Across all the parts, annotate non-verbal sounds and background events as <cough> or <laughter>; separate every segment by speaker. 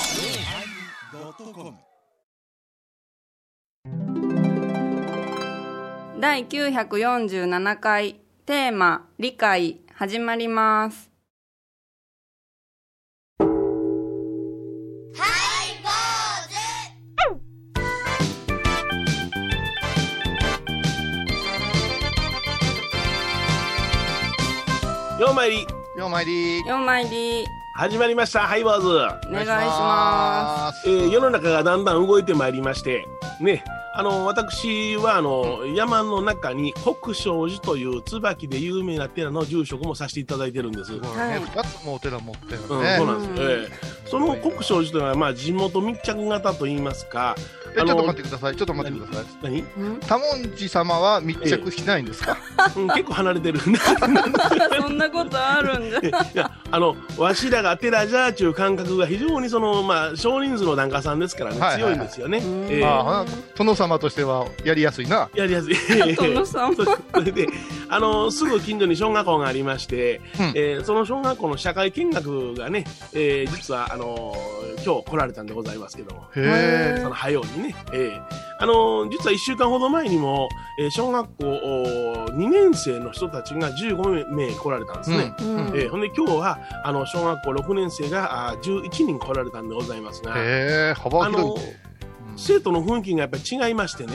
Speaker 1: yosmir
Speaker 2: 第947回テーマ「理解」始まります
Speaker 3: ようまいり
Speaker 4: ようまいり
Speaker 2: 4枚り
Speaker 3: 始まりましたハイボーズ、
Speaker 2: お願いします
Speaker 3: えー世の中がだんだん動いてまいりましてねあの私はあの山の中に国生寺という椿で有名な寺の住職もさせていただいてるんです、うん
Speaker 4: ごい
Speaker 2: はい
Speaker 4: ね、二つもお寺持ってるね。
Speaker 3: そうなんです、えーその国生寺というのは、まあ、地元密着型といいますか
Speaker 4: え、ちょ
Speaker 3: あ
Speaker 4: っ
Speaker 3: の
Speaker 4: と待ってください。ちょっと待ってください。
Speaker 3: 何、うん
Speaker 2: ん
Speaker 4: 多文字様は密着しないんですか。
Speaker 3: 結構離れてる <laughs>
Speaker 2: そんなことあるんだ
Speaker 3: いやあのわしらが寺じゃーちゅう感覚が非常にその、まあ、少人数の檀家さんですからね、
Speaker 4: はいはいはい
Speaker 3: 強いんですよね、
Speaker 2: うん
Speaker 3: えー
Speaker 4: ああ、殿様としてはやりやすいな。
Speaker 3: やりやすい。
Speaker 2: 殿様
Speaker 3: そそれで、あの、すぐ近所に小学校がありまして、
Speaker 4: うん
Speaker 3: えーその小学校の社会見学がね、えー実は、あの今日来られたんでございますけども、
Speaker 4: へ
Speaker 3: その早うにね、えーあの実は1週間ほど前にも、えー小学校2年生の人たちが15名来られたんです
Speaker 4: え。
Speaker 3: ね。
Speaker 2: うん
Speaker 4: うん
Speaker 3: えーほんで今日はあの小学校6年生があー11人来られたんでございますが、
Speaker 4: へえ、幅広いね。
Speaker 3: 生徒の雰囲気がやっぱり違いましてね、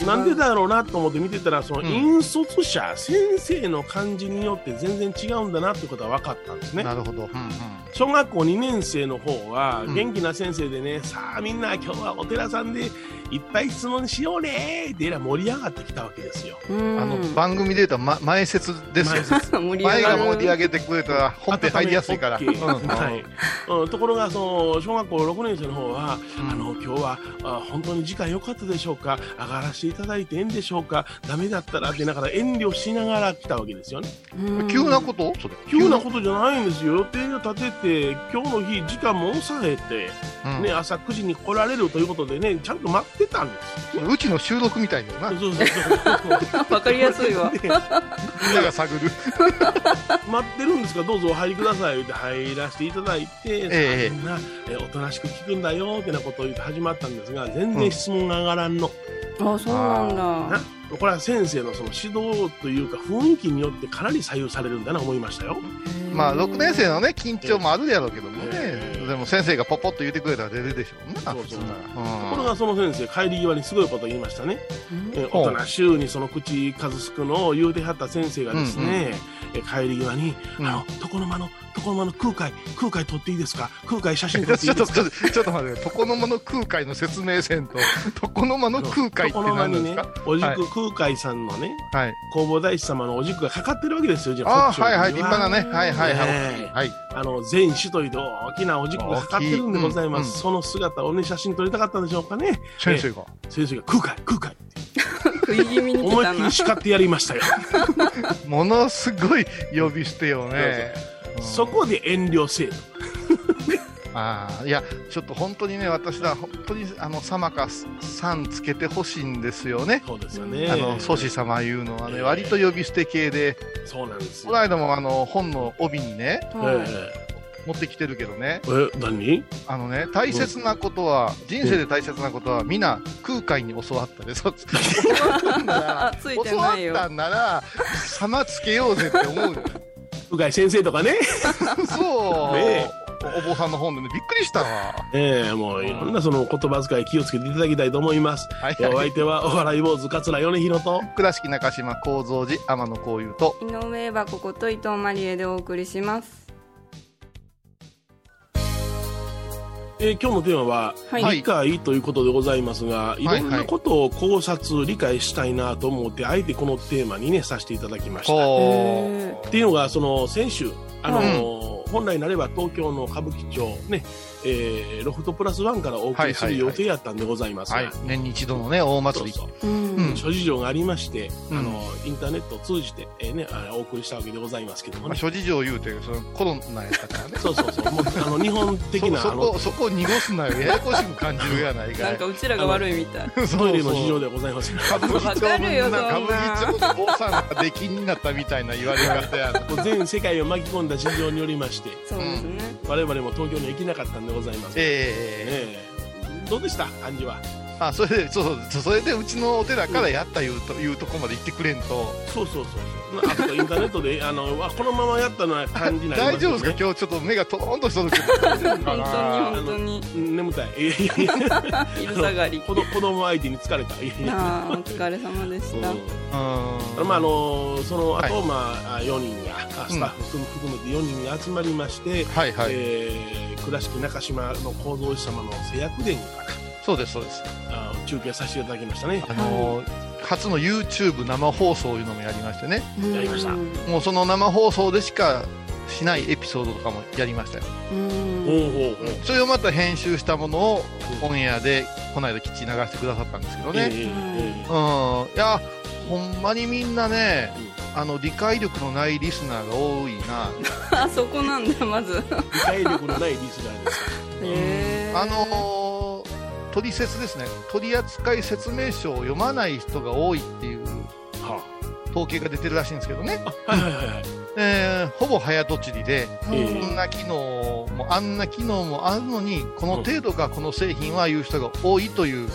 Speaker 2: え
Speaker 3: なんでだろうなと思って見てたら、その
Speaker 4: うん
Speaker 3: 引率者、先生の感じによって全然違うんだなってことは分かったんですね
Speaker 4: な。るほど。うんうん
Speaker 3: 小学校2年生の方は、
Speaker 4: うん
Speaker 3: 元気な先生でね、さあみんな今日はお寺さんでいっぱい質問しようねーってえらい盛り上がってきたわけですよ。
Speaker 2: うん
Speaker 4: あの番組で言うと、ま、前説です
Speaker 2: <laughs>
Speaker 4: よ。
Speaker 2: 盛り上
Speaker 4: 前
Speaker 2: が
Speaker 4: が
Speaker 2: る
Speaker 4: 盛り上げてくれたら、本編入りやすいから。
Speaker 3: 温め OK
Speaker 4: うん
Speaker 3: <laughs> はいうんところがその小学校6年生の方は、
Speaker 4: うん
Speaker 3: あの今日はあ本当に時間良かったでしょうか上がらせていただいていいんでしょうかダメだったらってだから遠慮しながら来たわけですよね
Speaker 2: うん
Speaker 4: 急なことそれ。
Speaker 3: 急なことじゃないんですよ予定を立てて今日の日時間も抑えて、
Speaker 4: うん
Speaker 3: ね、朝9時に来られるということでねちゃんと待ってたんです
Speaker 4: うちの収録みたいだよな。
Speaker 3: そ
Speaker 4: み
Speaker 3: うそうそう
Speaker 2: わかりやすい
Speaker 3: <laughs>
Speaker 2: わ
Speaker 3: で
Speaker 4: んなが探る。
Speaker 3: 待ってるんですからどうぞお入りください言って入らせていただいて、
Speaker 4: ええ
Speaker 3: みんなえおとなしく聞くんだよってなことを言って始まったんですが全然質問が上がらんの、
Speaker 2: あそうなん
Speaker 3: な
Speaker 2: だ
Speaker 3: これは先生のその指導というか雰囲気によってかなり左右されるんだな思いましたよ。
Speaker 4: まあ6年生のね緊張もあるやろうけどもね、
Speaker 3: ええ
Speaker 4: でも先生がポポッと言ってくれたら出るでしょう
Speaker 3: そ
Speaker 4: な
Speaker 3: うそう
Speaker 4: 普通な
Speaker 3: ところがその先生帰り際にすごいこと言いましたね。
Speaker 2: うん
Speaker 3: えー大人週にその口数少のを言うてはった先生がです
Speaker 4: うんうん
Speaker 3: ね、えー帰り際に、
Speaker 4: うん
Speaker 3: あの床の間の床の間の空海空海撮っていいですか空海写真
Speaker 4: う
Speaker 3: 撮
Speaker 4: ん
Speaker 3: ってい
Speaker 4: ちょ
Speaker 3: い
Speaker 4: っ
Speaker 3: で
Speaker 4: と <laughs>
Speaker 3: す
Speaker 4: ち
Speaker 3: か
Speaker 4: ょっとちょっと待って床の間の空海の説明せんと <laughs> 床の間の空海って
Speaker 3: 床の間
Speaker 4: 何なん
Speaker 3: に
Speaker 4: です
Speaker 3: ね
Speaker 4: か、
Speaker 3: おじ
Speaker 4: はい
Speaker 3: く空海さんのね、
Speaker 4: はい
Speaker 3: 弘法大師様のおじくがかかってるわけですよ、じゃ
Speaker 4: ああ
Speaker 3: 国書
Speaker 4: はい
Speaker 3: に
Speaker 4: はい立派なねはいはいはい、
Speaker 3: ねえ
Speaker 4: はい
Speaker 3: あの、全種という大きなおじくがかかってるんでございます。
Speaker 4: 大きい
Speaker 3: その姿をね、写真撮りたかったんでしょうかね。
Speaker 4: 先生が、
Speaker 3: 先生が空海、空海って
Speaker 2: 食い気味に来
Speaker 3: 思
Speaker 2: た
Speaker 3: いっき
Speaker 2: な
Speaker 3: り叱ってやりましたよ。
Speaker 4: ものすごい呼び捨てよね、 <laughs> うん
Speaker 3: そこで遠慮せえと。
Speaker 4: ああいやちょっと本当にね私ら本当にあの様かさんつけてほしいんですよね
Speaker 3: そうですよね。
Speaker 4: あの宗師様いうのはね、
Speaker 3: ええ
Speaker 4: 割と呼び捨て系で、
Speaker 3: そうなんです
Speaker 4: こ
Speaker 3: よ。
Speaker 4: の間もあの本の帯にね
Speaker 2: はい
Speaker 3: え
Speaker 4: 持ってきてるけどね
Speaker 3: ー、え何
Speaker 4: あのね大切なことは人生で大切なことは皆空海に教わったでそう教わったんなら
Speaker 2: ついて
Speaker 4: 教
Speaker 2: な
Speaker 4: わ
Speaker 2: いよ
Speaker 4: ったんなら様つけようぜって思うよ
Speaker 3: うがい先生とかね。
Speaker 4: そう、
Speaker 3: ね
Speaker 4: おお坊さんの本でねびっくりしたわ
Speaker 3: <laughs> ええもういろんなその言葉遣い気をつけていただきたいと思います。
Speaker 4: はい
Speaker 3: えーお
Speaker 4: はい
Speaker 3: 相手はお笑い坊主桂米広と。
Speaker 4: 倉敷中島幸三寺天野幸雄と
Speaker 2: 井上はここと伊藤マリエでお送りします
Speaker 3: えー今日のテーマは、
Speaker 2: はい
Speaker 3: 理解ということでございますが、いろん
Speaker 4: はいは
Speaker 3: ないことを考察、理解したいなと思って、あえてこのテーマにね、させていただきました。
Speaker 4: こ
Speaker 2: へ
Speaker 3: っていうのが、その、先週、あのー本来なれば東京の歌舞伎町、ね、えーロフトプラスワンからお送りす
Speaker 4: はい
Speaker 3: る
Speaker 4: は
Speaker 3: 予
Speaker 4: いはい
Speaker 3: 定やったんでございます
Speaker 4: う
Speaker 3: が、
Speaker 4: はい年に一度のね大
Speaker 3: そ
Speaker 4: 祭
Speaker 3: う
Speaker 4: り
Speaker 3: そう。
Speaker 2: ーうん
Speaker 4: うん
Speaker 3: 諸事情がありまして、
Speaker 4: うん
Speaker 3: あのインターネットを通じて、えーね、あのお送りしたわけでございますけども
Speaker 4: まあ、
Speaker 3: ね。
Speaker 4: 諸事情言うてそのコロナやったからね
Speaker 3: そうそうそう、もうあ
Speaker 4: <laughs>
Speaker 3: の日本的
Speaker 4: そ
Speaker 3: な
Speaker 4: そ
Speaker 3: あ
Speaker 4: こ
Speaker 3: の
Speaker 4: そこ濁すなよややこしく感じるやないか
Speaker 2: なん
Speaker 4: い
Speaker 2: かうちらが悪いみ
Speaker 4: <laughs>
Speaker 2: たい
Speaker 3: トイレの事情ではございますが、
Speaker 4: 歌舞伎町
Speaker 2: わかるよ
Speaker 4: のな
Speaker 2: そ
Speaker 4: 歌
Speaker 2: ん
Speaker 4: 舞
Speaker 2: な
Speaker 4: 伎町の坊さんが出禁になったみたいな言われ方やな <laughs>
Speaker 3: もう全世界を巻き込んだ事情によりましして、
Speaker 2: そうですね、
Speaker 3: 我々も東京には行けなかったんでございます。
Speaker 4: ええ
Speaker 3: ええどうでした感じは。
Speaker 4: あそれでそうそうそうそれでうちのお寺からやったいうと,、いうとこまで行ってくれんと
Speaker 3: そうそうそうそう。あとインターネットで、あの、わこのままやったのは感じになります
Speaker 4: <laughs> 大丈夫です
Speaker 3: ね
Speaker 4: か今日ちょっと目がとろんとしとるけど大丈夫か
Speaker 2: 本
Speaker 4: な
Speaker 2: 当に本
Speaker 3: うん眠たい。いやいやい
Speaker 4: <laughs>
Speaker 3: や、
Speaker 2: 当に昼下がり
Speaker 3: <laughs> 子供子供相手に疲れた。いやいや。
Speaker 2: あーお疲れ様でした、
Speaker 3: う
Speaker 4: うん
Speaker 3: んまああのその後、
Speaker 4: は
Speaker 3: まああ4人があスタッフ含めて4人が集まりまして、
Speaker 4: はいはい、
Speaker 3: えー倉敷中島の構造師様の製薬殿から
Speaker 4: そうですそうです
Speaker 3: あ中継させていただきましたね
Speaker 4: あのー初の YouTube 生放送いうのもやりましてね
Speaker 3: やりました
Speaker 2: うん
Speaker 4: もうその生放送でしかしないエピソードとかもやりましたよ
Speaker 2: うん
Speaker 3: ほうほうほう
Speaker 4: それをまた編集したものをオンエアでこの間きっちり流してくださったんですけどね、
Speaker 3: えええ
Speaker 4: うんいやほんまにみんなね
Speaker 3: え
Speaker 4: あの理解力のないリスナーが多いな
Speaker 2: あそこなんだまず
Speaker 3: 理解力のないリスナーですか
Speaker 2: へー
Speaker 4: あのー取説ですね取扱説明書を読まない人が多いっていう
Speaker 3: ら。は
Speaker 4: 統計が出てるらしいんですけどね、
Speaker 3: あ、はいはいはいはい。
Speaker 4: えーほぼ早とちりで
Speaker 2: うん
Speaker 3: え
Speaker 4: こんな機能もあんな機能もあるのにこの程度がこの製品は言う人が多いというこ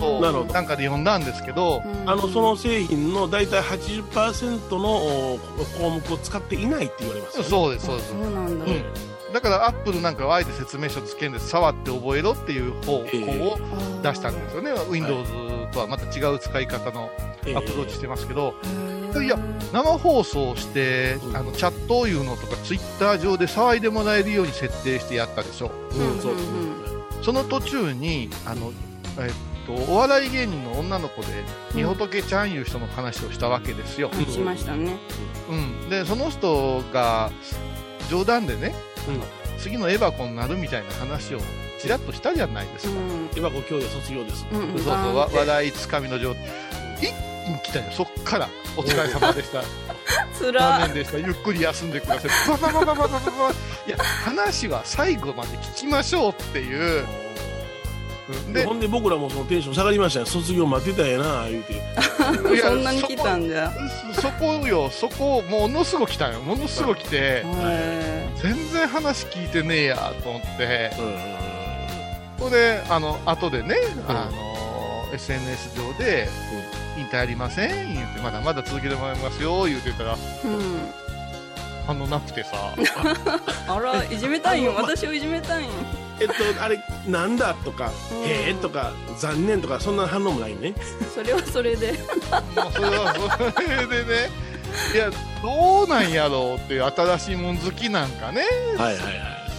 Speaker 4: とを
Speaker 3: なるほど
Speaker 4: なんかで読んだんですけど、
Speaker 2: うん
Speaker 3: あのその製品の大体80%のお項目を使っていないって言われますよね、
Speaker 4: そうですそうです
Speaker 2: そうなんだ、
Speaker 4: うんだからアップルなんかはあえて説明書つけんで触って覚えろっていう方
Speaker 3: ええ
Speaker 4: 法を
Speaker 2: あー
Speaker 4: 出したんですよね、Windows とはまた違う使い方の
Speaker 3: ええ
Speaker 4: アプローチしてますけど、
Speaker 2: へー
Speaker 4: いや生放送して、
Speaker 3: うん
Speaker 4: あのチャットをいうのとかツイッター上で騒いでもらえるように設定してやったでしょ
Speaker 3: うんそうですね
Speaker 4: その途中にあの、えっと、お笑い芸人の女の子でみほとけちゃんいう人の話をしたわけですよ、
Speaker 2: はいしましたね
Speaker 4: うん、でその人が冗談でね、次のエバコンになるみたいな話をちらっとしたじゃないです
Speaker 2: う
Speaker 4: か、
Speaker 2: ん
Speaker 3: エバコ今日で卒業です、
Speaker 2: うんうん
Speaker 4: そうそうわ笑いつかみの状態一気に来たよそっからお疲れ様でした
Speaker 2: つ
Speaker 4: 残
Speaker 2: ら
Speaker 4: 念でしたゆっくり休んでくださいバババババババババいや話は最後まで聞きましょうっていううん
Speaker 3: で
Speaker 4: で
Speaker 3: ほんで僕らもそのテンション下がりましたね卒業待ってたんやな言うて
Speaker 4: いや
Speaker 2: そんなに来たんじゃ
Speaker 4: そそこよそこものすごく来たよものすごく来て
Speaker 2: へ
Speaker 4: 全然話聞いてねえやと思って
Speaker 3: うんうんうん
Speaker 4: それであの後でね、あの SNS 上で「引退ありません」言って「まだまだ続けてもらいますよ」言うてたら
Speaker 2: ーうん
Speaker 4: 反応なくてさ
Speaker 2: あらいじめたい
Speaker 3: あ
Speaker 2: よ
Speaker 3: のま
Speaker 2: 私をいじめたいよ
Speaker 3: えっとあれなんだとか
Speaker 2: うん
Speaker 3: へえとか残念とかそんな反応もないね
Speaker 2: それはそれで
Speaker 4: もうそれはそれでね、いや、どうなんやろうっていう、新しいもん好きなんかね、
Speaker 3: はいはいはい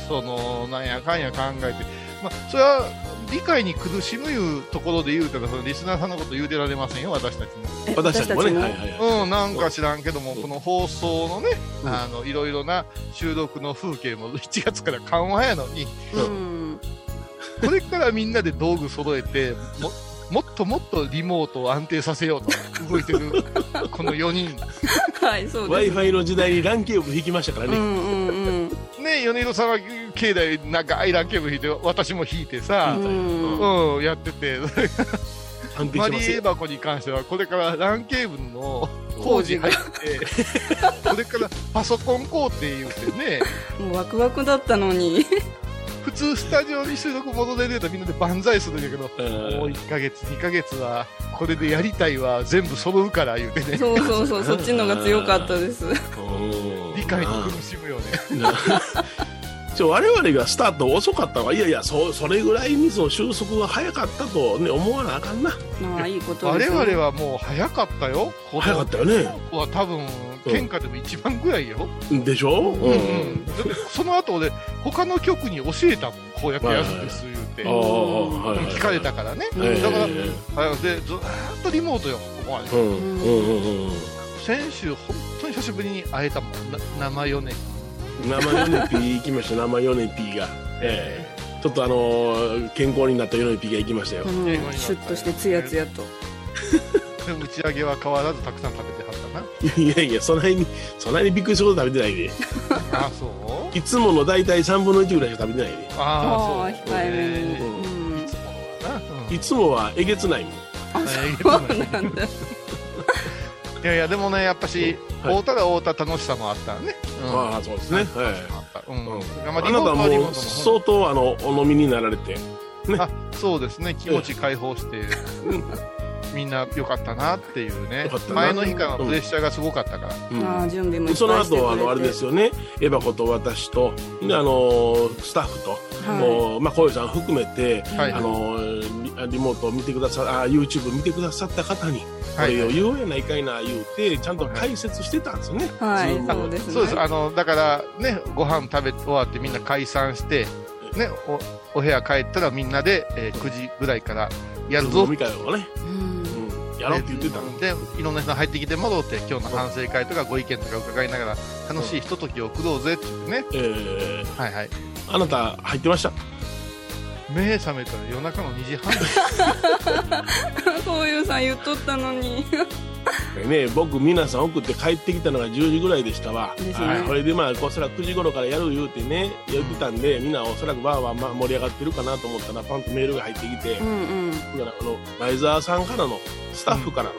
Speaker 4: そのなんやかんや考えて、まあ、それは理解に苦しむいうところで言うたら、そのリスナーさんのこと言うてられませんよ、私たち
Speaker 2: え
Speaker 3: 私たちもね
Speaker 2: 私
Speaker 3: はいはいはい
Speaker 4: も。うん、なんか知らんけども、この放送のね、
Speaker 3: うん
Speaker 4: あのいろいろな収録の風景も1月から緩和やのに、
Speaker 2: うん
Speaker 4: これからみんなで道具揃えて、ももっともっとリモートを安定させようと動いてる、この4人。
Speaker 2: はいそう
Speaker 3: w
Speaker 2: で
Speaker 3: i
Speaker 2: す
Speaker 3: f i の時代にランケーブル引きましたから
Speaker 2: う
Speaker 3: ね、
Speaker 2: んうんうん
Speaker 4: ね、米広さんは境内長いランケーブル引いて私も引いてさ、
Speaker 2: うん
Speaker 4: うんやってて
Speaker 3: 安定
Speaker 4: マ
Speaker 3: して
Speaker 4: リ
Speaker 3: ま
Speaker 4: ー
Speaker 3: す
Speaker 4: エ
Speaker 3: よ
Speaker 4: バコに関してはこれからランケーブルの工事入ってこれからパソコン工程言うてね
Speaker 2: もうワクワクだったのに
Speaker 4: 普通スタジオに収録戻れるとみんなで万歳するんやけど。
Speaker 3: うん
Speaker 4: もう1ヶ月、2ヶ月は、これでやりたいは全部揃うから言うてね、
Speaker 2: そうそうそうそっちのが強かったです
Speaker 3: うん
Speaker 4: 理解に苦しむよね。
Speaker 3: <laughs> なちょ我々がスタート遅かったわいやいやそそれぐらいにその収束が早かったと、ね、思わなあかんな
Speaker 2: まあいいこと
Speaker 4: 我
Speaker 2: ですね
Speaker 4: 々はもう早かったよ。
Speaker 3: 早かったよね
Speaker 4: ここは多分、喧嘩でも一番ぐらいよ。
Speaker 3: でしょ、
Speaker 2: うん
Speaker 3: うん
Speaker 4: だってその後俺他の局に教えたもんこうやってやるんです言うて、
Speaker 3: ああはいはいはい
Speaker 4: 聞かれたからね、
Speaker 3: ええ
Speaker 4: だから、はいでずーっとリモートよここまで
Speaker 3: うんうんうんうん
Speaker 4: 先週本当に久しぶりに会えたもんな名前をね
Speaker 3: 生ヨネピー行きました生ヨネピーが、ええちょっとあのー健康になったヨネピーが行きましたよ、
Speaker 2: うんシュッとしてツヤツヤと
Speaker 4: でも打ち上げは変わらずたくさん食べては
Speaker 3: <laughs>
Speaker 4: ったない
Speaker 3: やいやそないにそないにびっくりすること食べてないで
Speaker 4: あそう
Speaker 3: いつもの大体3分の1ぐらいしか食べてない
Speaker 2: あ
Speaker 4: あ
Speaker 2: あ
Speaker 4: あ
Speaker 2: ー
Speaker 4: そう
Speaker 2: 控えめに
Speaker 3: う
Speaker 2: うんん
Speaker 4: いつものはな、うん
Speaker 3: でいつもはえげつないもん
Speaker 4: えー
Speaker 2: そうなんだ
Speaker 4: いやいやでもねやっぱし、
Speaker 3: ははい
Speaker 4: 会うたら会うた楽しさもあったね。うん
Speaker 3: ああ、そうですね。はい。
Speaker 4: あった。うん。
Speaker 3: うん
Speaker 4: だから
Speaker 3: あ
Speaker 4: まあ
Speaker 3: な
Speaker 4: リモー
Speaker 3: た
Speaker 4: トはリモ
Speaker 3: も
Speaker 4: ー
Speaker 3: う
Speaker 4: トの
Speaker 3: 相当あのお飲みになられて、
Speaker 4: そうですね、気持ち解放して、みんな良かったなっていうね
Speaker 3: 良かった、な
Speaker 4: 前の日からのプレッシャーがすごかったから、
Speaker 3: うん
Speaker 2: あー準備もいっぱいしてくれて
Speaker 3: その後あのあれですよね、エバコと私と、であのスタッフと、
Speaker 2: はい
Speaker 3: もうまあ、小遊さん含めて、
Speaker 4: はい
Speaker 3: あのリリモートを見てくださあ YouTube 見てくださった方に、
Speaker 4: はい
Speaker 3: これを言うやないかいな言うて、ちゃんと解説してたんですよね。
Speaker 2: はい
Speaker 3: ズーム
Speaker 2: そうですね
Speaker 4: そうですあのだからね、ご飯食べ終わってみんな解散して、ね、おお部屋帰ったらみんなで、えー9時ぐらいからやるぞ
Speaker 3: 飲み会をね、
Speaker 2: うん
Speaker 3: うん、やろうって言ってたの。
Speaker 4: でいろんな人が入ってきて戻って今日の反省会とかご意見とか伺いながら楽しいひとときを送ろうぜっていうね、
Speaker 3: えー、
Speaker 4: はいはい、
Speaker 3: あなた入ってました
Speaker 4: 目覚めたら夜中の2時半
Speaker 2: こういうさん言っとったのに
Speaker 3: ね、僕、皆さん送って帰ってきたのが10時ぐらいでしたわ。
Speaker 2: ですね
Speaker 3: はい、これでまあ、おそらく9時頃からやる言うてね、言ってたんで、みんなおそらくわーわーまあ盛り上がってるかなと思ったら、パンとメールが入ってきて、
Speaker 2: うんうん
Speaker 3: だからあの前澤さんからの、スタッフからの、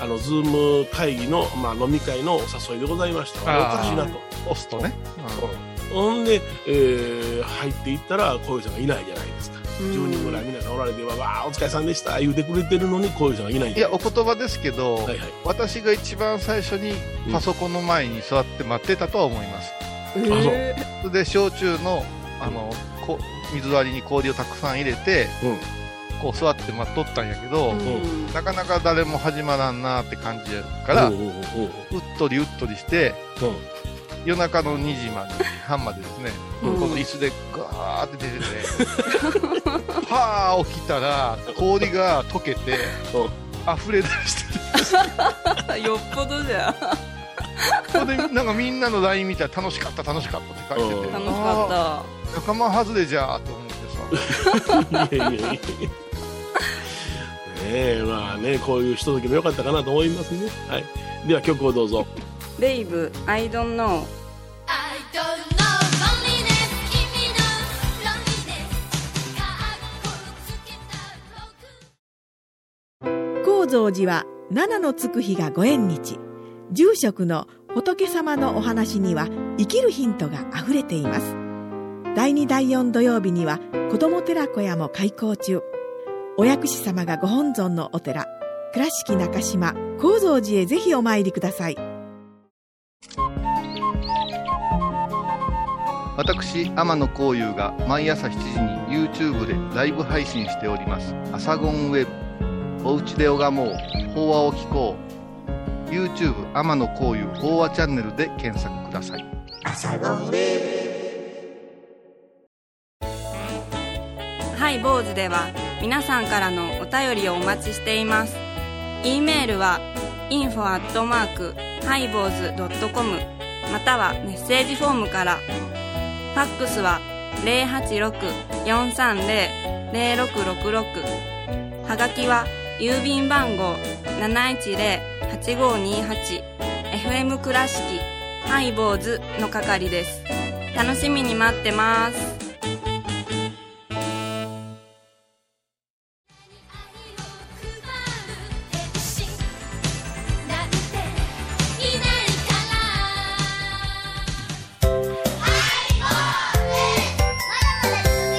Speaker 3: あの、ズーム会議の、まあ、飲み会のお誘いでございましたわ。
Speaker 4: あ
Speaker 3: お
Speaker 4: ー
Speaker 3: かしいなと。
Speaker 4: 押すと
Speaker 3: <laughs>
Speaker 4: ね、
Speaker 3: ほんで、えー入っていったら、こういう人がいないじゃないですか。
Speaker 2: うん
Speaker 3: 10人ぐらい皆さんおられて、わー、お疲れさんでした、言うてくれてるのに、こういう人がいない
Speaker 4: いやお言葉ですけど、
Speaker 3: はいはい。
Speaker 4: 私が一番最初にパソコンの前に座って待ってたとは思います、
Speaker 2: え
Speaker 4: それで焼酎のあのこ水割りに氷をたくさん入れて
Speaker 3: うん。
Speaker 4: こう座って待っとったんやけど、
Speaker 2: ーうん
Speaker 4: なかなか誰も始まらんなって感じやから、
Speaker 3: お
Speaker 4: う
Speaker 3: うおうおう
Speaker 4: っとりうっとりして
Speaker 3: おううん。
Speaker 4: 夜中の2時まで半までですね、
Speaker 2: うん
Speaker 4: この椅子でガーって出てて <laughs> はあ起きたら氷が溶けて
Speaker 3: うん
Speaker 4: 溢れ出してて
Speaker 2: よっぽどじゃ
Speaker 4: ここでなんかみんなの LINE 見たら楽しかった楽しかったって書いてて、
Speaker 3: うん
Speaker 2: 楽しかっ
Speaker 4: 仲間外れじゃあと思っ
Speaker 3: い
Speaker 4: てさ
Speaker 3: やいやいやねえまあねこういうひとときも良かったかなと思いますね、はい、では曲をどうぞ
Speaker 2: た「レイブ I don't know
Speaker 1: I don't know loneliness 君の loneliness かっこつけた僕
Speaker 5: 高蔵寺は七のつく日がご縁日住職の仏様のお話には生きるヒントがあふれています第2第4土曜日には子ども寺小屋も開校中お薬師様がご本尊のお寺倉敷中島・高蔵寺へぜひお参りください
Speaker 4: 私天野幸雄が毎朝7時に YouTube でライブ配信しております「アサゴンウェブ」「おうちで拝もう法話を聞こう」YouTube 天野幸雄法話チャンネルで検索ください
Speaker 2: ハイ坊主では皆さんからのお便りをお待ちしています。e メールは info アットマークハイ坊主ドットコムまたはメッセージフォームから。ファックスは086-430-0666はがきは郵便番号710-8528 FM 倉敷ハイ坊主の係です。楽しみに待ってます。
Speaker 1: 愛を配る天使なんていないから I.O.A. まだまだ続くよ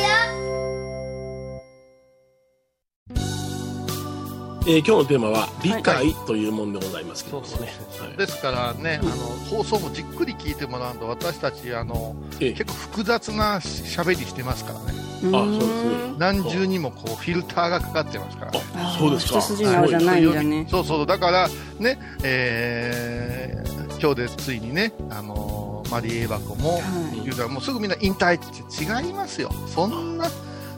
Speaker 3: えー今日のテーマは「理解」というもんでございますけどもねはい
Speaker 4: ですからね、あの放送もじっくり聞いてもらうと私たちあの
Speaker 3: ええ
Speaker 4: 結構複雑な喋りしてますからね
Speaker 3: あそうですね
Speaker 4: 何重にもこうフィルターがかかってますから
Speaker 3: あそうですか
Speaker 2: 一筋縄じゃないんだね。
Speaker 4: そうそう、だからね、えー今日でついにね、あのーマリエバコも、
Speaker 2: は
Speaker 4: 言うたらもうすぐみんな引退って違いますよ。そんな、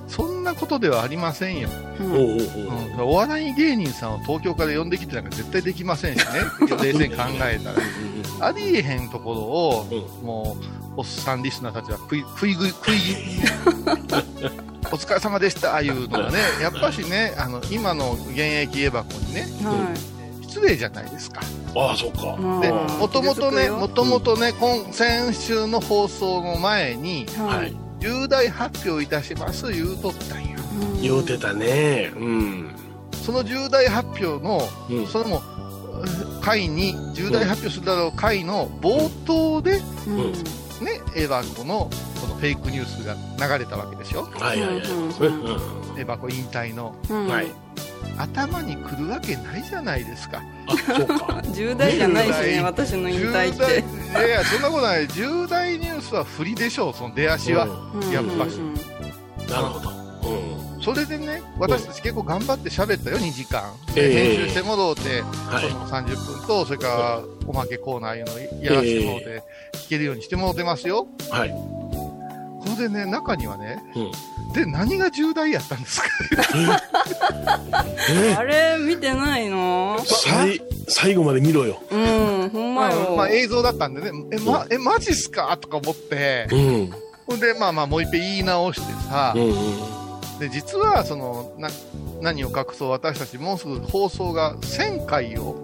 Speaker 4: そんなことではありませんよ。
Speaker 2: い。
Speaker 3: おう
Speaker 2: うん
Speaker 3: おうお
Speaker 4: う、
Speaker 3: うん
Speaker 4: お笑い芸人さんを東京から呼んできてなんか絶対できません
Speaker 2: <laughs>
Speaker 4: しね、冷静に考えたら。ありえへんところを、もう、おっさんリスナーたちは食い、食い食い、食い、 <laughs> お疲れ様でした、ああいうのがね、やっぱしね、あの、今の現役エバコにね、
Speaker 2: は
Speaker 4: 失礼じゃないですか。
Speaker 3: ああそっか
Speaker 2: い。まあ
Speaker 4: で、
Speaker 3: うん
Speaker 4: もともと
Speaker 2: 続く
Speaker 4: ね、
Speaker 2: よ
Speaker 4: もともとね、今、先週の放送の前に、
Speaker 3: は
Speaker 2: はいい。
Speaker 4: 重大発表いたします言うとったんや。
Speaker 2: ん
Speaker 3: 言うてたねうん
Speaker 4: その重大発表の、
Speaker 3: うん
Speaker 4: それも、えー回に、重大発表するだろう回の冒頭で、ね、
Speaker 2: うん
Speaker 3: うん
Speaker 4: エバコのこのフェイクニュースが流れたわけですよ。
Speaker 3: はいはいはい。
Speaker 2: うん
Speaker 3: そうですね
Speaker 4: エバコ引退の。
Speaker 2: うん
Speaker 3: うんはい。
Speaker 4: 頭に来るわけないじゃないですか。
Speaker 3: あ、そう
Speaker 2: <laughs>
Speaker 3: か。
Speaker 2: <laughs> 重大じゃないし
Speaker 4: 重
Speaker 2: ね
Speaker 4: 大
Speaker 2: 私の引退っ
Speaker 4: 重大
Speaker 2: て
Speaker 4: いやいや、そんなことない。重大ニュースは振りでしょう、その出足は。
Speaker 2: うん
Speaker 4: やっぱし
Speaker 2: うん
Speaker 3: なるほど。うん。
Speaker 4: それでね、私たち結構頑張って喋ったよ、2時間。
Speaker 3: ええ
Speaker 4: 編集してもろうて、
Speaker 3: はい
Speaker 4: そ。の30分と、それからおまけコーナーいうのやらせてもろうて、聞けるようにしてもろてますよ。
Speaker 3: はい。
Speaker 2: <laughs>
Speaker 4: これでね、中にはね、
Speaker 3: うん。
Speaker 4: で、何が重大やったんですか
Speaker 3: え
Speaker 2: あれ見てないの
Speaker 3: さい最後まで見ろよ。
Speaker 2: うんほんまよ
Speaker 4: まあ映像だったんでね、え、ま、え、マジっすかとか思って
Speaker 3: う、ん。
Speaker 4: ほんで、まあまあもう一遍言い直してさ、
Speaker 3: うんうん。
Speaker 4: で、実は、その、な、何を隠そう私たちもうすぐ放送が1000回を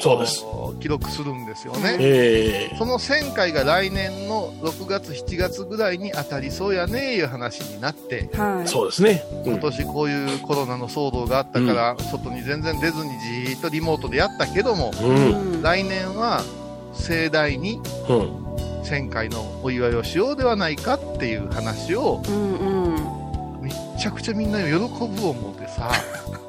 Speaker 3: そうです。
Speaker 4: 記録するんですよね。
Speaker 3: ええ
Speaker 4: その1000回が来年の6月、7月ぐらいに当たりそうやねいう話になって、
Speaker 2: はい
Speaker 3: そうですね。う
Speaker 4: 今
Speaker 3: ん。
Speaker 4: 年こういうコロナの騒動があったから、外に全然出ずにじーっとリモートでやったけども、
Speaker 3: うん。
Speaker 2: うん
Speaker 4: 来年は盛大に
Speaker 3: うん。
Speaker 4: 1000回のお祝いをしようではないかっていう話を、
Speaker 2: うんうん
Speaker 4: めっちゃくちゃみんな喜ぶ思ってさ、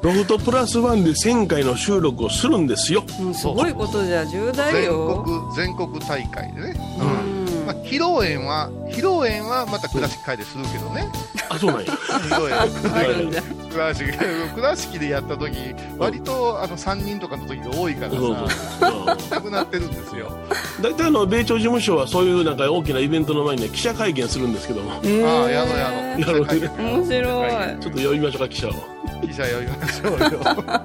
Speaker 3: ロフトプラスワンで1000回の収録をするんですよ。
Speaker 2: うんすごいことじゃ重大
Speaker 4: 全
Speaker 2: よ
Speaker 4: 国、全国大会でね。
Speaker 2: う
Speaker 4: うん
Speaker 2: ん
Speaker 4: まあ、披露宴は、披露宴はまたクラシック会でするけどね。
Speaker 3: あ、そう
Speaker 2: <laughs>
Speaker 3: なんや。
Speaker 4: 披露宴。
Speaker 2: あるんじゃ
Speaker 4: 倉敷 <laughs> 倉敷でやった時割とあの3人とかの時が多いから
Speaker 3: そうそう
Speaker 4: さ
Speaker 3: そう。
Speaker 4: なくなってるんですよ
Speaker 3: 大体あの米朝事務所はそういうなんか大きなイベントの前に、ね、記者会見するんですけど
Speaker 2: へ
Speaker 3: も
Speaker 2: ー
Speaker 4: ああやろうやろう
Speaker 3: なる
Speaker 2: ほど面白い
Speaker 3: ちょっと呼びましょうか記者を
Speaker 4: 記者呼びましょうよ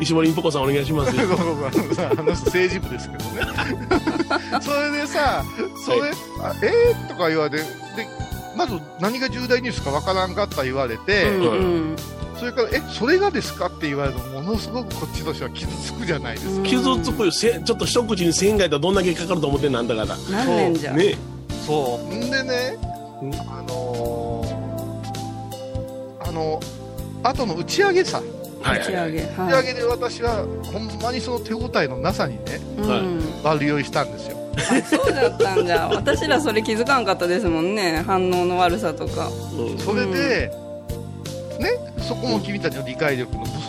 Speaker 4: <laughs>
Speaker 3: 石森インポコさんお願いしますよ
Speaker 4: ごめんごめんあのさあの人政治部ですけどね <laughs> それでさそれ、あえー、とか言われてでまず何が重大ニュースかわからんかった言われて、
Speaker 2: うんうん
Speaker 4: それから「えそれがですか?」って言われるとものすごくこっちとしては傷つくじゃないですか、
Speaker 3: 傷つくよせちょっと一口に1000回だどんだけかかると思ってんのあんだか
Speaker 2: 何年じゃ
Speaker 3: らね
Speaker 4: そうんでね
Speaker 3: うん、
Speaker 4: あのー、あの後の打ち上げさ、
Speaker 3: は
Speaker 2: 打
Speaker 3: い
Speaker 2: ち
Speaker 3: はいは
Speaker 2: 上
Speaker 3: い
Speaker 2: げ
Speaker 4: 打ち上
Speaker 2: は
Speaker 4: げで私はほんまにその手応えのなさにね
Speaker 2: いうん
Speaker 4: 悪酔いしたんですよ
Speaker 2: あそうだったんじ
Speaker 4: <laughs>
Speaker 2: ゃ私らそれ気づかんかったですもんね反応の悪さとか
Speaker 3: うん
Speaker 4: それで、ねそこも君たちの理解力の不足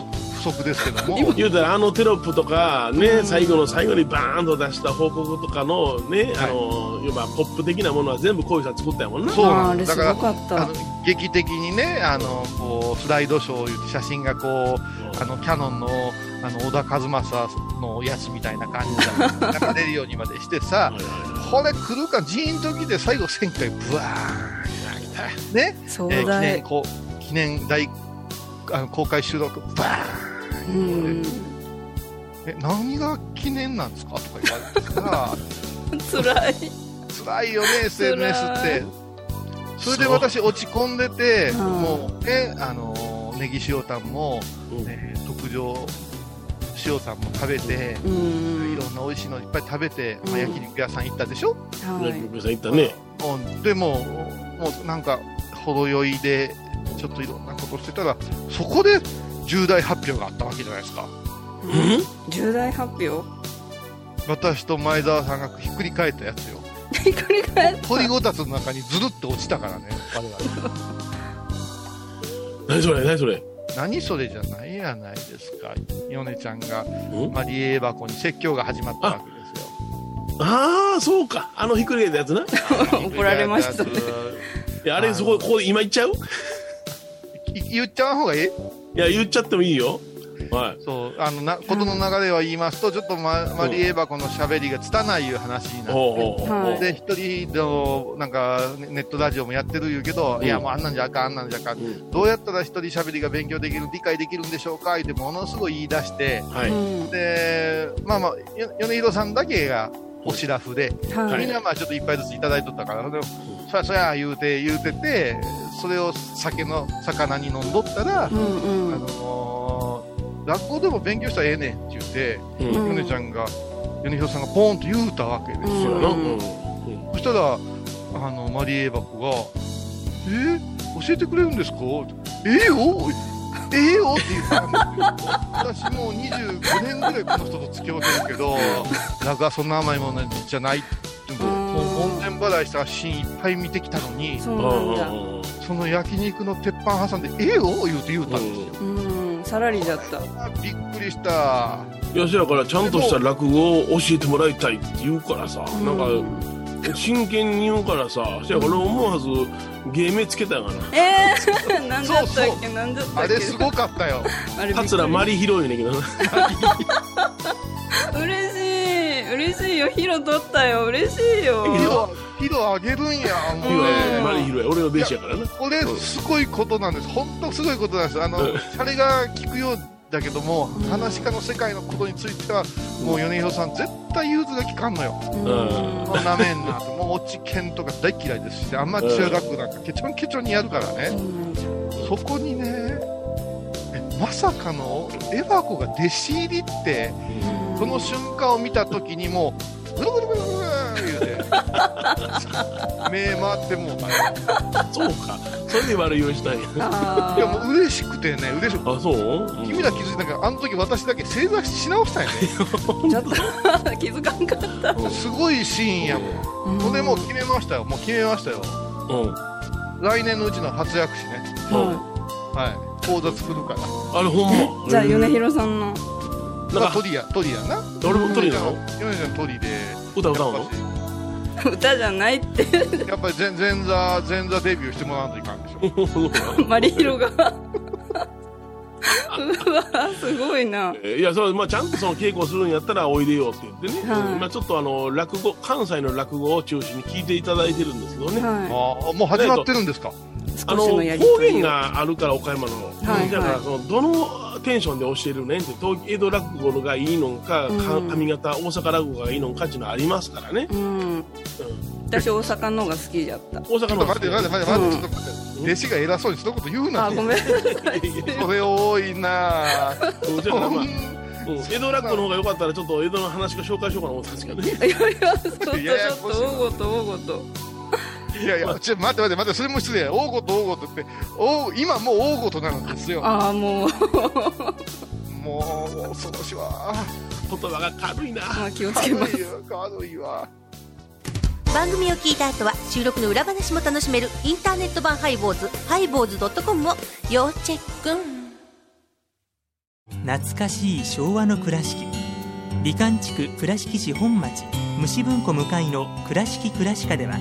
Speaker 4: 不足ですけども
Speaker 3: 言うたらあのテロップとかね、
Speaker 2: うん
Speaker 3: 最後の最後にバーンと出した報告とかのね、
Speaker 4: はい
Speaker 3: あの要はポップ的なものは全部こういうさん作ったやもんな
Speaker 4: そう
Speaker 2: あ
Speaker 4: な
Speaker 2: あ
Speaker 4: ん
Speaker 2: れ
Speaker 4: です
Speaker 2: す
Speaker 4: だ
Speaker 2: ご
Speaker 4: から
Speaker 2: かっ
Speaker 4: あ
Speaker 2: た
Speaker 4: の劇的にねあのこうスライドショーいうて写真がこうあのキャノンのあの小田和正のやつみたいな感じが流れるようにまでして
Speaker 3: は
Speaker 4: さ、
Speaker 3: いは
Speaker 4: これ来るかジーンときて最後1000回ブワーンね、
Speaker 2: 壮
Speaker 4: えー記
Speaker 2: 大
Speaker 4: 念こう記念大あの公開収録バーン
Speaker 2: うん
Speaker 4: え何が記念なんですかとか言われてさ
Speaker 2: 辛い <laughs>
Speaker 4: 辛いよね SNS ってそれで
Speaker 3: そう
Speaker 4: 私落ち込んでて
Speaker 2: うん
Speaker 4: もうねあのーネギ塩タンも、
Speaker 3: うん
Speaker 4: えー特上塩タンも食べて、
Speaker 2: う
Speaker 4: い
Speaker 2: ん
Speaker 4: ろんな美味しいのいっぱい食べて、ま
Speaker 2: う
Speaker 4: あ、
Speaker 2: ん
Speaker 4: 焼肉屋さん行ったでしょ、
Speaker 3: い
Speaker 2: はい
Speaker 3: ねごめんなさい言ったね、
Speaker 4: うん、でも、もうなんか、程よいで、ちょっといろんなことしてたら、そこで重大発表があったわけじゃないですか。
Speaker 3: うん
Speaker 2: 重大発表 <laughs>
Speaker 4: 私と前澤さんがひっくり返ったやつよ。
Speaker 2: ひっくり返った
Speaker 4: 鳥ごたつの中にずるっと落ちたからね、我々。
Speaker 3: 何それ何それ
Speaker 4: 何それじゃないやないですか。ヨネちゃんが
Speaker 3: ん
Speaker 4: マリエーバコに説教が始まったわけですよ。
Speaker 3: ああそうかあのひっくり返ったやつない
Speaker 2: 怒られましたね
Speaker 3: やあれそこここで今言っちゃう
Speaker 4: い言っちゃう方がい
Speaker 3: い
Speaker 4: い
Speaker 3: や、言っちゃってもいいよ。は
Speaker 4: そう、あのな、ことの流れは言いますと、ちょっとママリエーバコの喋りが拙いいう話に
Speaker 3: い。
Speaker 4: なって。
Speaker 3: ほうほうほうほう。
Speaker 4: で、一人の、なんか、ねネットラジオもやってる言うけど、
Speaker 3: うん
Speaker 4: いや、もうあんなんじゃあかん、あんなんじゃあかん。
Speaker 3: うん
Speaker 4: どうやったら一人喋りが勉強できる、理解できるんでしょうかって、ものすごい言い出して、
Speaker 3: は
Speaker 2: う
Speaker 3: い。
Speaker 2: ん
Speaker 4: で、まあまあ、よ米広さんだけが、おしらふで、
Speaker 2: は
Speaker 4: みん
Speaker 2: い
Speaker 4: なまあちょっといっぱいずついただいとったから、でそやそや言うて、言うてて、それを酒の魚に飲んどったら、
Speaker 2: うんう
Speaker 4: あ
Speaker 2: ん
Speaker 4: のー学校でも勉強したらええねんって言って、
Speaker 3: うん。
Speaker 2: うん
Speaker 4: 米ちゃんが、米広さんがポーンと言うたわけですよ。
Speaker 3: そうやな。
Speaker 2: う
Speaker 3: うんん。
Speaker 4: そしたら、あの、マリエーバコが、えー教えてくれるんですかえー、よええよって言ったんですよ私もう25年ぐらいこの人と付き合うてるけ <laughs> ど落はそんな甘いものじゃないでももう門前払いしたシーンいっぱい見てきたのに
Speaker 2: そうなんだ
Speaker 3: ん
Speaker 4: その焼肉の鉄板挟んで「ええよ」言うて言うたんですよ、
Speaker 2: うんさらりだった
Speaker 4: あびっくりした
Speaker 3: よしやからちゃんとした落語を教えてもらいたいって言うからさ、なん
Speaker 2: う
Speaker 3: か真剣に言うからさそやから思わず芸名つけたんやかな
Speaker 2: えー、 <laughs> なんだったっ
Speaker 4: そう
Speaker 2: けなんだったっけ
Speaker 4: あれすごかったよ <laughs>
Speaker 2: あれびっくり
Speaker 3: 桂マリ広いねんけどな
Speaker 2: 嬉しい嬉しいよヒロ取ったよ嬉しいよ
Speaker 4: 色を色あげるんや思
Speaker 3: 広
Speaker 4: って
Speaker 3: いマリ広い俺の弟子やからな
Speaker 4: これすごいことなんです、本当すごいことなんです、あの
Speaker 3: うん
Speaker 4: シャレが効くようだけども、話し家の世界のことについては、もう米広さん、絶対融通が効かんのよ、
Speaker 2: うん
Speaker 3: うん
Speaker 4: こんなめんなと、もう落ち剣とか大嫌いですし、あんま中学なんか、ケチョンケチョンにやるからね、そこにね、えまさかのエバ子が弟子入りって、その瞬間を見たときに、もう、ぐるぐるぐるぐるぐる言うて、目回ってもうたね。
Speaker 3: そうかそれで悪いをしたんや
Speaker 2: あー
Speaker 4: いやもう嬉しくてね、嬉しく
Speaker 3: あそう、うん
Speaker 4: 君ら気づいたけど、あの時私だけ正座し直した
Speaker 3: <laughs>
Speaker 4: よね。
Speaker 2: ちょっと <laughs> 気づかんかった
Speaker 4: すごいシーンやもん。
Speaker 2: こ
Speaker 4: これもう決めましたよ、もう決めましたよ。
Speaker 3: うん
Speaker 4: 来年のうちの初役師ね、
Speaker 3: うん
Speaker 4: はい、講座作るから。
Speaker 3: あれほん
Speaker 2: <laughs>
Speaker 3: ま
Speaker 2: じゃあ米
Speaker 3: 広
Speaker 2: 広さんの <laughs>
Speaker 3: な
Speaker 4: ま
Speaker 3: ん
Speaker 4: あ、
Speaker 3: か
Speaker 4: トリや、トリやな。
Speaker 3: 俺もトリなの
Speaker 4: 米ちゃんトリで。
Speaker 3: 歌歌う
Speaker 4: や
Speaker 3: の
Speaker 4: っ
Speaker 2: 歌じゃないって
Speaker 3: <laughs>
Speaker 4: ぱりやっぱり前前座、前座デビューしてもらわんといかんでしょ。
Speaker 2: マリヒロ
Speaker 3: <laughs>
Speaker 2: がうわすごいな
Speaker 3: えーいやそうまあ、ちゃんとその稽古するんやったらおいでよって言ってね、
Speaker 2: はい
Speaker 3: 今ちょっとあの落語関西の落語を中心に聞いていただいてるんですけどね、
Speaker 2: は
Speaker 4: ああ、もう始まってるんですか。
Speaker 2: い
Speaker 3: あ
Speaker 2: 少
Speaker 3: の
Speaker 2: し
Speaker 3: 方
Speaker 2: のやりと
Speaker 3: 言
Speaker 2: りを
Speaker 3: があるから岡山の、
Speaker 2: はい
Speaker 3: だからそのどのテンションで教えるねんって東江戸落語のがいいのかか
Speaker 2: うん
Speaker 3: 上方大阪落語がいいのかっていうのはありますからね、
Speaker 2: うん
Speaker 3: うん
Speaker 2: 私大阪の方が好きだった
Speaker 3: 大阪
Speaker 4: ちょっ
Speaker 3: の
Speaker 4: と待って、待って、待って、待って、ちょっと待って。弟子が偉そうに一言言うな
Speaker 2: あ
Speaker 4: って。
Speaker 2: ごめん
Speaker 4: それ多いな
Speaker 3: <laughs>
Speaker 4: ぁ。
Speaker 3: うんだからま
Speaker 2: <laughs>
Speaker 3: あうん江戸落語の方が良かったらちょっと江戸の話が紹介しようかなと思ったんですけどね
Speaker 2: いやいや、ちょっと、
Speaker 4: い
Speaker 2: ち
Speaker 4: やいや
Speaker 2: ょっと、大ごと、大ごと。
Speaker 4: いやいや、ちょ、待って待って待って、それも失礼や。大ごと大ごとって、お今もう大ごとなんですよ。
Speaker 2: ああ、もう、 <laughs>
Speaker 4: もう、恐ろしいわ。
Speaker 3: 言葉が軽いな
Speaker 2: まあ、気をつけ
Speaker 4: 軽い
Speaker 2: ま
Speaker 4: わ
Speaker 2: す。、
Speaker 4: 軽いわ。
Speaker 6: 番組を聞いた後は収録の裏話も楽しめるインターネット版ハイボーズハイボーズドットコムを要チェック
Speaker 7: 懐かしい昭和の倉敷美観地区倉敷市本町虫文庫向かいの「倉敷倉歯科」では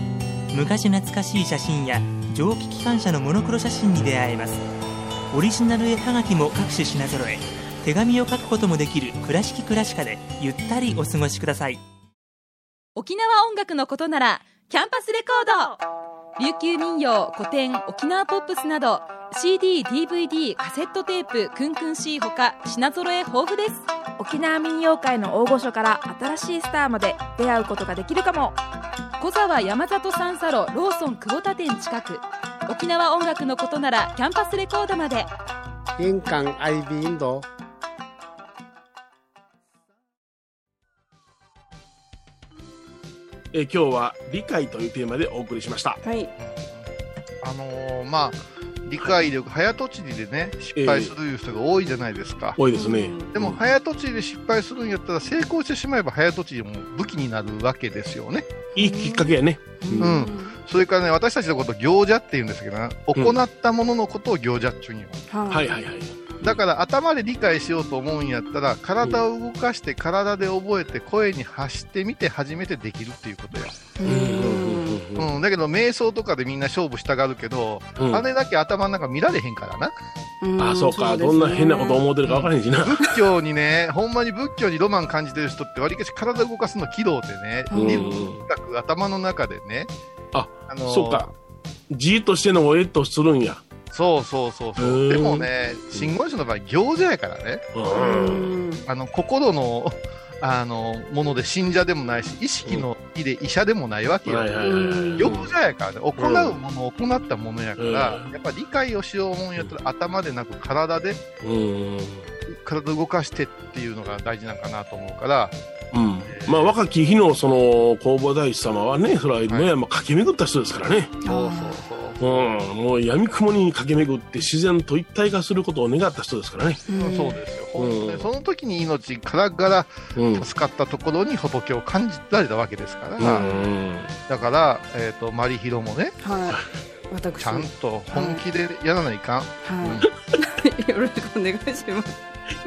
Speaker 7: 昔懐かしい写真や蒸気機関車のモノクロ写真に出会えますオリジナル絵はがきも各種品揃え手紙を書くこともできる「倉敷倉歯科」でゆったりお過ごしください
Speaker 8: 沖縄音楽のことならキャンパスレコード琉球民謡古典沖縄ポップスなど CDDVD カセットテープクンクン C ほか品揃え豊富です
Speaker 9: 沖縄民謡界の大御所から新しいスターまで出会うことができるかも
Speaker 8: 小沢山里三佐路ローソン久保田店近く沖縄音楽のことならキャンパスレコードまで
Speaker 10: 玄関アイビーインド
Speaker 3: えー今日は理解というテーマでお送りしました
Speaker 2: はい。
Speaker 4: あのーまあ、理解力、早とちりでね、失敗するいう人が多いじゃないですか。
Speaker 3: 多いですね
Speaker 4: でも、早とちりで失敗するんやったら、成功してしまえば早とちりも武器になるわけですよね。
Speaker 3: いいきっかけやね
Speaker 4: う
Speaker 3: うん
Speaker 4: ん。それからね、私たちのことを行者って言うんですけどな、行ったもののことを行者っちゅうんよ。
Speaker 3: はいはいはい
Speaker 4: だから頭で理解しようと思うんやったら体を動かして体で覚えて声に発してみて初めてできるっていうことや、
Speaker 3: うん
Speaker 4: うん、だけど瞑想とかでみんな勝負したがるけど、
Speaker 3: うん
Speaker 4: あれだけ頭の中見られへんか
Speaker 3: <laughs>
Speaker 4: らな
Speaker 2: うん
Speaker 3: あそうかどんな変なこと思ってるか分からへんしな
Speaker 4: 仏教にねほんまに仏教にロマン感じてる人ってわりかし体動かすの器道でね、
Speaker 3: うん
Speaker 4: 理学頭の中でね
Speaker 3: あ
Speaker 4: のー
Speaker 3: そうかじーっとしてんのをえっとするんや
Speaker 4: そうそうそうそ
Speaker 3: へー
Speaker 4: うでもね真言宗の場合行者やからね
Speaker 3: うん
Speaker 4: あの心の <laughs> あのもので信者でもないし意識の意で医者でもないわけよ、
Speaker 3: はいはいはいはい
Speaker 4: 行者やからね行うもの、行ったものやから、
Speaker 3: うん
Speaker 4: やっぱ理解をしようもんやったら頭でなく体で
Speaker 3: うん
Speaker 4: 体動かしてっていうのが大事なんかなと思うから
Speaker 3: うんまあ若き日のその弘法大師様はねそれは野山駆け巡った人ですからね
Speaker 4: そうそうそう
Speaker 3: うん、もう闇雲に駆け巡って自然と一体化することを願った人ですからね。
Speaker 4: うんそうですよ、
Speaker 3: うん
Speaker 4: 本当にその時に命からが
Speaker 3: うん。
Speaker 4: ら助かったところに仏を感じられたわけですから、
Speaker 3: うん。
Speaker 4: だから、えー、とマリヒロもね
Speaker 2: はい。私。
Speaker 4: ちゃんと本気でやらないかん、
Speaker 2: <laughs> はい。よろしくお願いします。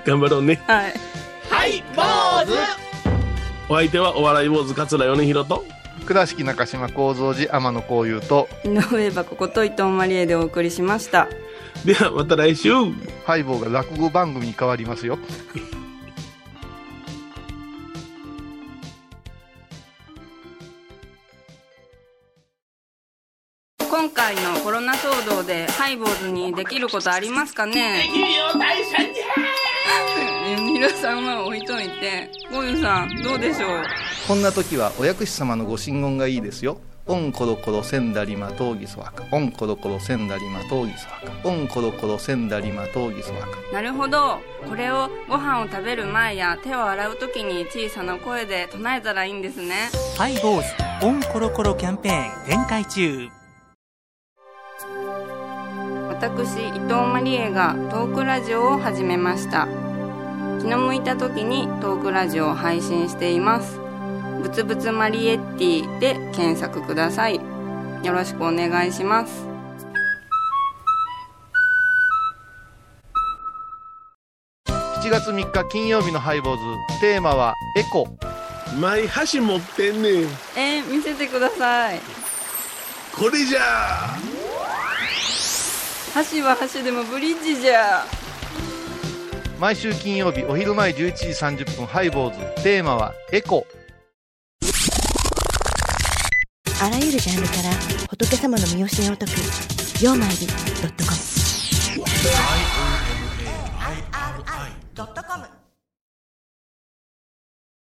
Speaker 3: 頑張ろうね。
Speaker 2: はい。
Speaker 3: お相手はお笑い坊主桂米広と。
Speaker 4: 倉敷中島幸三寺天野幸雄と
Speaker 2: 井上箱こと伊藤マリエでお送りしました。
Speaker 3: では、また来週。
Speaker 4: ハイボーが落語番組に変わりますよ
Speaker 2: 今回のコロナ騒動でハイボーズにできることありますかねできるよ大社に皆さんは置いといてゴユさんどうでしょう
Speaker 11: こんな時はお薬師様のご神言がいいですよ。オンコロコロセンダリマトーギソワカ。オンコロコロセンダリマトーギソワカ。オンコロコロセンダリマトーギソワカ。
Speaker 2: なるほどこれをご飯を食べる前や手を洗う時に小さな声で唱えたらいいんですね
Speaker 7: ハイボーズオンコロコロキャンペーン展開中
Speaker 2: 私伊藤マリエがトークラジオを始めました気の向いた時にトークラジオを配信していますぶつぶつマリエッティで検索くださいよろしくお願いします
Speaker 4: 7月3日金曜日のハイボーズテーマは「エコ
Speaker 3: マイ箸持ってんねん。
Speaker 2: えー、見せてください
Speaker 3: これじゃあ。
Speaker 2: 箸は箸でもブリッジじゃ」
Speaker 4: 毎週金曜日お昼前11時30分ハイボーズテーマは「エコ
Speaker 6: あらゆるジャンルから仏様の身教えを説く「曜マイルドットコム」
Speaker 4: 「